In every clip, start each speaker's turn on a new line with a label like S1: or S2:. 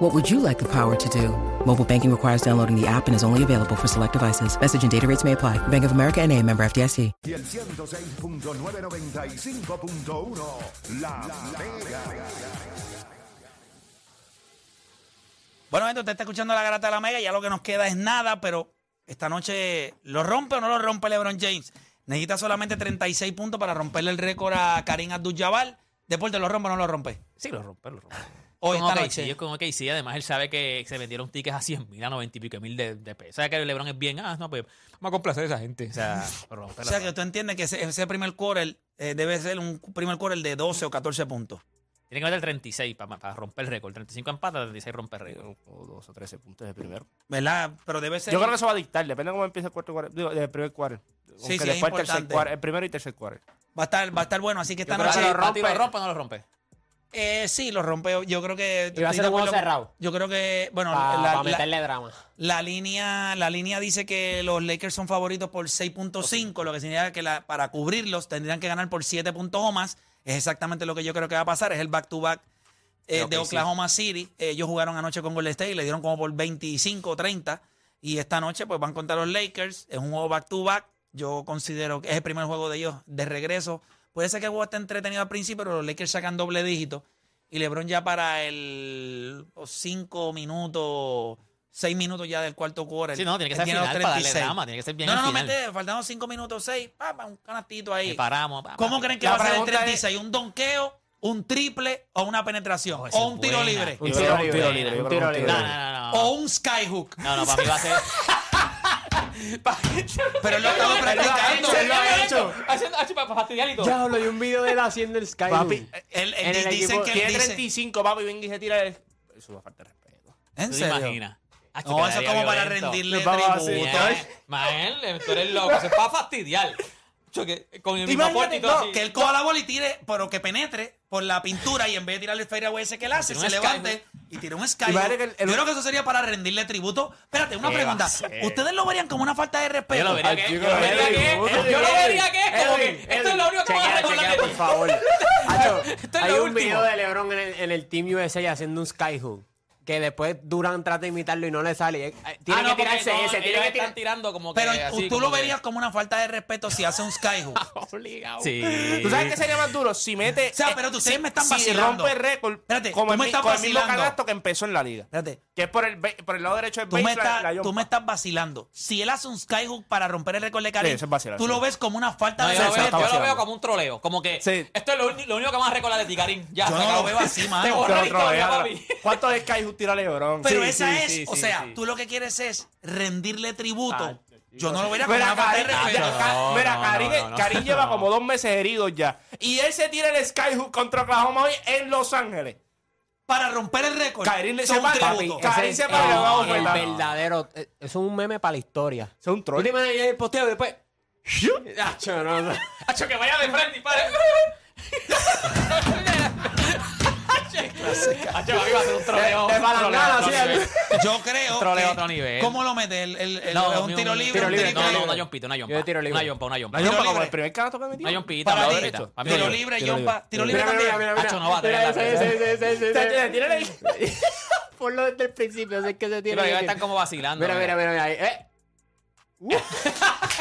S1: What would you like the power to do? Mobile banking requires downloading the app and is only available for select devices. Message and data rates may apply. Bank of America and a member FDIC.
S2: y el 106.995.1 La, Mega.
S3: Bueno, gente, usted está escuchando la garata de la Mega, ya lo que nos queda es nada, pero esta noche lo rompe o no lo rompe LeBron James. Necesita solamente 36 puntos para romperle el récord a Karim Abdul-Jabbar. Deporte, ¿lo rompe o no lo rompe?
S4: Sí, lo rompe, lo rompe.
S3: Hoy
S4: Con
S3: esta
S4: OKC,
S3: noche.
S4: es con OKC. Además, él sabe que se vendieron tickets a 100 mil, a 90 y pico mil de, de pesos. Sabe que LeBron es bien, ah, no, pues vamos a complacer a esa gente. O sea, lo rompe,
S3: O
S4: lo
S3: sea, que
S4: rompe.
S3: tú entiendes que ese, ese primer quarter eh, debe ser un primer quarter de 12 o 14 puntos.
S4: Tiene que meter 36 para, para romper el récord. 35 empatas, 36 rompe el récord.
S5: o dos o 13 puntos de primero.
S3: ¿Verdad? Pero debe ser...
S5: Yo creo que eso va a dictar, depende de cómo empiece el cuarto cuarto, digo, el primer cuarto.
S3: Sí,
S5: Aunque
S3: sí, es
S5: después el tercer
S3: importante.
S5: cuarto, el primero y tercer cuarto.
S3: va, a estar, va a estar bueno, así que esta
S5: creo
S4: Pero
S3: noche...
S5: que
S4: si lo rompe,
S5: Pati,
S4: lo rompe o no lo rompe.
S3: Eh, sí, lo rompe. Yo creo que...
S6: Y va a
S3: estoy
S6: ser
S3: de
S6: un juego
S3: acuerdo-
S6: cerrado.
S3: Yo creo que... Bueno,
S6: Para
S3: la- la-
S6: meterle drama.
S3: La línea, la línea dice que los Lakers son favoritos por 6.5, lo que significa que la- para cubrirlos tendrían que ganar por 7 puntos o más. Es exactamente lo que yo creo que va a pasar. Es el back-to-back eh,
S4: Creo
S3: de
S4: que sí.
S3: Oklahoma City. Ellos jugaron anoche con Golden State y le dieron como por 25 o 30. Y esta noche pues van contra los Lakers. Es un juego back-to-back. Yo considero que es el primer juego de ellos de regreso. Puede ser que el juego esté entretenido al principio, pero los Lakers sacan doble dígito. Y LeBron ya para el 5 minutos, 6 minutos ya del cuarto quarter.
S4: Sí, no, tiene que
S3: él
S4: ser
S3: los
S4: final para darle
S3: 36.
S4: drama. Tiene que ser bien
S3: No, no,
S4: al
S3: no,
S4: final.
S3: mete, faltando 5 minutos, 6, un canastito ahí.
S4: Le paramos. pa, pa,
S3: ¿Cómo
S4: pa.
S3: creen que
S5: La
S3: va a ser el
S5: pregunta
S3: 36? ¿Un donqueo, un triple o una penetración?
S4: Oh, esa
S3: ¿O
S4: es
S3: un tiro
S4: buena.
S3: libre?
S4: Un
S5: Yo
S4: tiro
S5: creo que
S4: libre,
S5: yo creo
S4: un
S6: tiro
S5: que
S4: No, no,
S3: ¿O
S4: no. No,
S3: un skyhook?
S4: no, no para mí va a ser...
S3: Pero él lo ha estado practicando.
S5: hecho, él lo ha hecho.
S4: Haciendo haciendo- para fastidiar y todo.
S6: Ya hablo, hay un video de él haciendo el Skype.
S5: Papi,
S3: Él- él
S6: En el
S3: di- dicen
S6: equipo-
S3: que él
S5: tiene
S3: dice...
S5: 35, papi, venga y se tira el... Eso va a falta de respeto.
S3: ¿En
S4: ¿Tú te
S3: serio?
S4: imaginas? Ah,
S3: No, eso es
S4: quedaría
S3: como para
S4: violento.
S3: rendirle
S5: Nos vamos a
S3: tributo.
S5: hacer-
S4: Bien. Mael, tú eres loco, se va a fastidiar. Yo que- con el mismo
S5: Imagínate,
S4: puerto y todo
S5: no,
S4: así.
S3: Que él coja la bola y tire, pero que penetre por la pintura y en vez de tirar el fairway ese que él hace,
S4: Tira
S3: se
S4: un sky,
S3: levante y tire un sky.
S5: Imagínate que el- el-
S3: Yo creo que eso sería para rendirle tributo. Espérate, una
S4: ¿Qué va
S3: pregunta.
S4: a ser?
S3: ¿Ustedes lo verían como una falta de respeto?
S4: Yo lo vería que yo lo
S5: Edwin,
S4: vería que
S5: Edwin,
S4: yo lo vería que es como que
S6: Edwin,
S4: esto es lo único que va a
S6: Chequea,
S4: recordar
S6: chequea,
S4: de
S6: por
S4: ti.
S6: favor. Hacho,
S4: Esto es
S6: hay
S4: lo
S6: un
S4: último.
S6: video de LeBron en el, en el Team USA haciendo un Skyhook. Que después Durant trata de imitarlo y no le sale. Eh, Tiene
S4: Ah, no,
S6: que
S4: porque
S6: tirarse
S4: no,
S6: ese, tiene
S4: ellos
S6: que
S4: están
S6: tirar.
S4: tirando como que
S3: Pero
S4: así,
S3: tú
S4: como
S3: lo
S4: que-
S3: verías como una falta de respeto si hace un skyhook.
S4: obligado.
S5: ¿Tú sabes qué sería más duro? Si mete...
S3: O sea,
S5: eh,
S3: pero tú-
S5: si-
S3: ustedes me están
S5: Si
S3: vacilando.
S5: rompe el récord,
S3: Espérate, tú
S5: como el,
S3: me
S5: mi-
S3: estás
S5: con el mismo
S3: vacilando.
S5: canasto que empezó en la liga.
S3: Espérate,
S5: Que es por el, be- por el lado derecho del
S3: tú me,
S5: baseline,
S3: estás,
S5: la yompa.
S3: tú me estás vacilando. Si él hace un skyhook para romper el récord de Karim,
S5: Sí, eso es vacilar,
S3: tú
S5: sí.
S3: lo ves como una falta
S4: No,
S3: de
S4: yo, lo
S5: Sí, se
S4: veo,
S3: respeto.
S5: está
S4: yo lo
S5: vaciando.
S4: veo como un troleo, como que
S5: Sí.
S4: esto es lo, uni- lo único que vamos a recordar de ti, Karim. Ya,
S3: Yo
S4: se
S3: no
S4: acabó.
S3: lo veo así, mano.
S4: Te
S3: Te
S4: borró la
S5: Pero otra vez,
S4: historia,
S5: ahora,
S4: papi.
S5: ¿Cuántos es que tira LeBron?
S3: Pero
S5: Sí,
S3: esa
S5: sí,
S3: es,
S5: sí,
S3: o
S5: sí,
S3: sea,
S5: sí.
S3: tú lo que quieres es rendirle
S5: Ah,
S3: tributo. yo no lo vería como
S5: Mira,
S3: una falta de
S5: Karim,
S3: respeto.
S5: ya, Ka-
S4: No,
S5: mira,
S4: no,
S5: Karim,
S4: no, no,
S5: Karim
S4: no.
S5: lleva como dos meses herido ya. Y él se tira el Skyhook contra Oklahoma hoy en Los Ángeles.
S3: Para romper el récord.
S5: Karim le
S3: son
S5: se
S3: un
S5: para,
S3: tributo.
S5: papi. Karim
S6: Ese
S5: se
S6: es
S5: para,
S6: el-
S5: le vamos a
S6: el
S5: bailar.
S6: verdadero. eh, Eso es un meme para la historia.
S5: Es un troll.
S6: Última vez el posteo y después. Hacho, no, no.
S4: Hacho, que vaya de frente y pare. Hacho, papi, va a ser un troleo.
S6: De- de
S4: un troleo,
S6: palangana,
S4: un
S6: sí,
S4: troleo.
S3: Yo creo.
S4: Troleo
S3: que-
S4: otro nivel.
S3: ¿Cómo lo mete? El, el- el-
S4: No,
S3: un
S4: mío,
S3: tiro
S4: un
S3: libre.
S6: tiro
S3: un
S6: libre.
S3: triple.
S4: No, no, una yompita, una
S6: Yo de
S4: yompa.
S6: tiro libre.
S4: Una yompa, una yompa.
S5: La yompa como
S3: libre.
S5: el primer canasto que metió.
S4: Una yompita,
S3: Para
S4: una
S3: ti,
S4: yompita. Para mí
S3: Tiro
S4: una
S3: libre,
S5: Tiro libre.
S3: Jompa. Tiro libre
S6: Mira, mira,
S3: también.
S6: mira, mira.
S4: Hacho, no va a tener la
S6: Mira, ese, ese, ese, ese,
S5: Se
S6: ese.
S5: tira- tira el-
S6: Ponlo desde el principio, sé que se
S4: Sí,
S6: tiene.
S4: pero
S6: que
S4: ellos
S6: tirar.
S4: están como vacilando.
S6: Mira, mira, mira, mira. ahí, eh.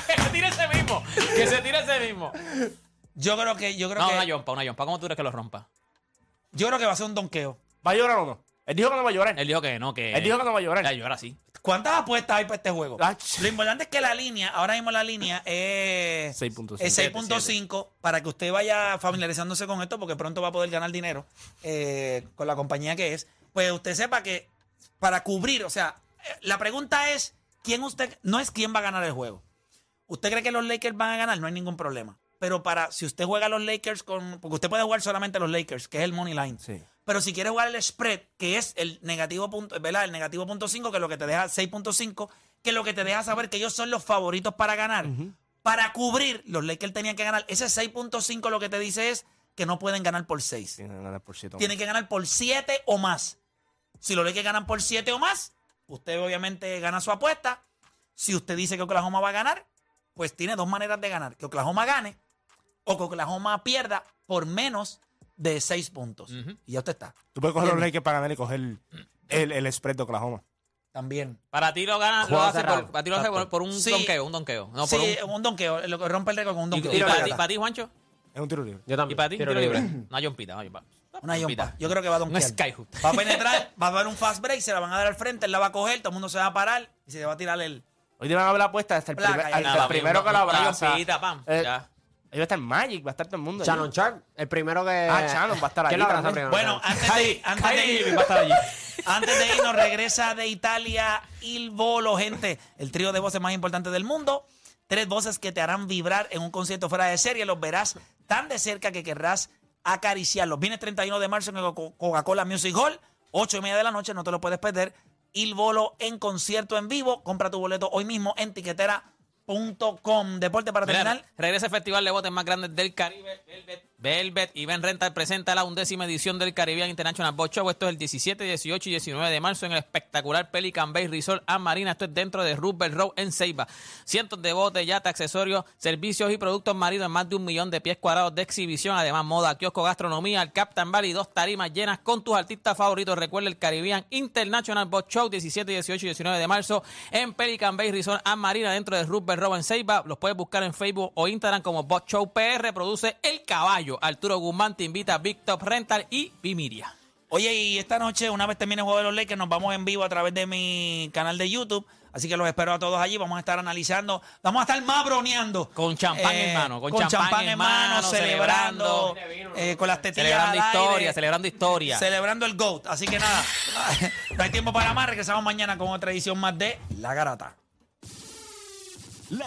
S4: Que se tire ese mismo. Que se tire ese mismo.
S3: Yo creo que, yo creo
S4: No, una
S3: que,
S4: yompa, una yompa. ¿Cómo tú crees que lo rompa?
S3: yo creo que va a ser un donqueo.
S5: ¿Va a llorar o no? Él dijo que no va a llorar.
S4: Él dijo que no, que.
S5: Él dijo que no va a llorar.
S4: Ya llora así.
S3: ¿Cuántas apuestas hay para este juego?
S5: Ah,
S3: Lo importante es que la línea, ahora mismo la línea es
S5: 6.5.
S3: es 6.5 para que usted vaya familiarizándose con esto porque pronto va a poder ganar dinero eh, con la compañía que es. Pues usted sepa que para cubrir, o sea, eh, la pregunta es, ¿quién usted, no es quién va a ganar el juego? ¿Usted cree que los Lakers van a ganar? No hay ningún problema. Pero para, si usted juega a los Lakers con, porque usted puede jugar solamente a los Lakers, que es el money line.
S5: Sí.
S3: Pero si quieres jugar el spread, que es el negativo punto, ¿verdad? El negativo punto 5, que es lo que te deja 6.5, que es lo que te deja saber que ellos son los favoritos para ganar. Para cubrir, los Lakers tenían que ganar. Ese 6.5 lo que te dice es que no pueden ganar por 6.
S5: Tienen que ganar por siete o
S3: Tienen que ganar por 7 o más. Si los Lakers ganan por 7 o más, usted obviamente gana su apuesta. Si usted dice que Oklahoma va a ganar, pues tiene dos maneras de ganar. Que Oklahoma gane o que Oklahoma pierda por menos de 6 puntos. Y ya usted está.
S5: más. Tú puedes coger los Lakers para ganar y coger el, el, el spread de Oklahoma.
S3: También.
S4: Para ti lo ganas, lo
S6: Juego
S4: hace por,
S6: cerrado.
S4: para ti lo hace por, por un
S3: Sí.
S4: donqueo, un donqueo. No,
S3: sí,
S4: por un,
S3: un... donqueo. Lo que rompe el récord con un
S4: y,
S3: donqueo.
S4: y
S3: Una
S4: para, ti,
S3: pata.
S4: para ti, Juancho.
S5: Es un tiro libre.
S6: Yo
S4: Y
S6: también.
S4: para ti,
S6: Tiro
S4: tiro libre.
S6: libre.
S4: Una yompita, una yompa.
S3: Una yompa. Yo creo que va a donkear.
S4: Un skyhook.
S3: Va a penetrar, va a haber un fast break, se la van a dar al frente, él la va a coger, todo el mundo se va a parar y se va a tirar el...
S5: Hoy te van a ver la apuesta hasta el,
S3: Placa,
S5: primer-
S3: ya.
S5: hasta
S3: Nada,
S5: el
S3: va,
S5: primero que la abraza.
S4: Yompita, pam.
S5: Eh,
S4: ya.
S5: Ahí va a estar Magic, va a estar todo el mundo. allí.
S6: Shannon Sharp, el primero que.
S5: Ah, Shannon va a estar
S6: ¿Quién
S5: allí
S6: lo abraza
S5: también.
S6: primero?
S3: Bueno, antes de, antes, de
S4: Kyrie
S3: ir,
S4: Irving va a estar allí.
S3: antes de irnos, regresa de Italia Il Volo, gente. El trío de voces más importante del mundo. Tres voces que te harán vibrar en un concierto fuera de serie. Los verás tan de cerca que querrás acariciarlos. Viene el 31 de marzo en el Co- Coca-Cola Music Hall. 8 y media de la noche, no te lo puedes perder. Il Volo en concierto en vivo. Compra tu boleto hoy mismo en tiquetera.com. Deporte para
S4: Mira,
S3: terminar.
S4: regresa el festival de botes más grande del Caribe, Velvet. Velvet y Ben Rental presenta la undécima edición del Caribbean International Boat Show. Esto es el 17, 18 y 19 de marzo en el espectacular Pelican Bay Resort and Marina. Esto es dentro de Roosevelt Road en Ceiba. Cientos de botes, yates, accesorios, servicios y productos marinos en más de un millón de pies cuadrados de exhibición. Además, moda, kiosco, gastronomía, el Captain Valley, dos tarimas llenas con tus artistas favoritos. Recuerda el Caribbean International Boat Show 17, 18 y 19 de marzo en Pelican Bay Resort and Marina dentro de Rupert Row en Ceiba. Los puedes buscar en Facebook o Instagram como Boat Show PR. Produce El Caballo. Arturo Guzmán te invita a Big Top Rental y Vimiria.
S3: Oye, y esta noche, una vez termine el juego de los Lakers, nos vamos en vivo a través de mi canal de YouTube. Así que los espero a todos allí. Vamos a estar analizando, vamos a estar Eh, más broneando.
S4: Con champán en mano, con champán en mano,
S3: celebrando, eh, con las tetillas.
S4: Celebrando
S3: al aire,
S4: historia, celebrando historia.
S3: Celebrando el GOAT. Así que nada, no hay tiempo para más. Regresamos mañana con otra edición más de La Garata.